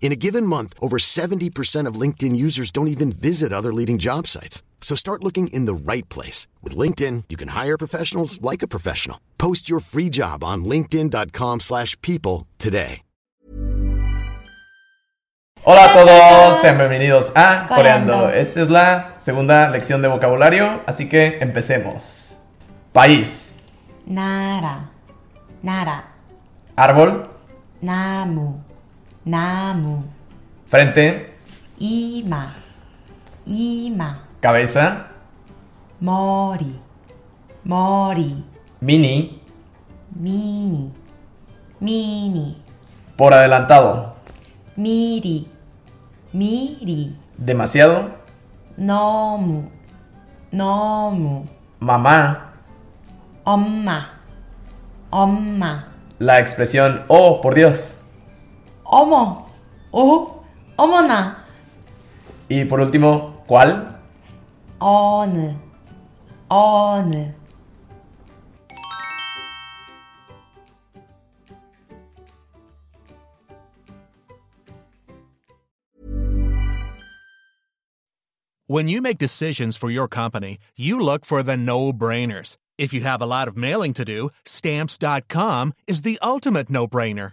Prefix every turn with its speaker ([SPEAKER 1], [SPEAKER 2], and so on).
[SPEAKER 1] In a given month, over 70% of LinkedIn users don't even visit other leading job sites. So start looking in the right place. With LinkedIn, you can hire professionals like a professional. Post your free job on linkedin.com/people slash people today.
[SPEAKER 2] Hola a todos,
[SPEAKER 3] Hola.
[SPEAKER 2] sean bienvenidos a
[SPEAKER 3] Coreando.
[SPEAKER 2] Coreando. Esta es la segunda lección de vocabulario, así que empecemos. País,
[SPEAKER 4] 나라, 나라,
[SPEAKER 2] árbol,
[SPEAKER 4] 나무, 나무,
[SPEAKER 2] frente,
[SPEAKER 4] 이마, 이마,
[SPEAKER 2] cabeza,
[SPEAKER 4] 머리, 머리,
[SPEAKER 2] mini,
[SPEAKER 4] 미니, 미니,
[SPEAKER 2] por adelantado,
[SPEAKER 4] 미리, 미리,
[SPEAKER 2] demasiado,
[SPEAKER 4] 너무, 너무,
[SPEAKER 2] mamá,
[SPEAKER 4] 엄마, 엄마,
[SPEAKER 2] la expresión oh por Dios.
[SPEAKER 4] 어머, 오, 어머나,
[SPEAKER 2] Y por último, ¿cuál?
[SPEAKER 4] 어느, 어느.
[SPEAKER 5] When you make decisions for your company, you look for the no brainers. If you have a lot of mailing to do, stamps.com is the ultimate no brainer.